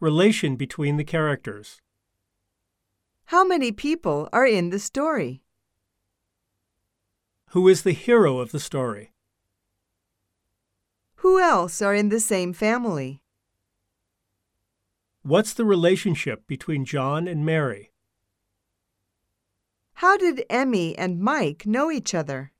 Relation between the characters. How many people are in the story? Who is the hero of the story? Who else are in the same family? What's the relationship between John and Mary? How did Emmy and Mike know each other?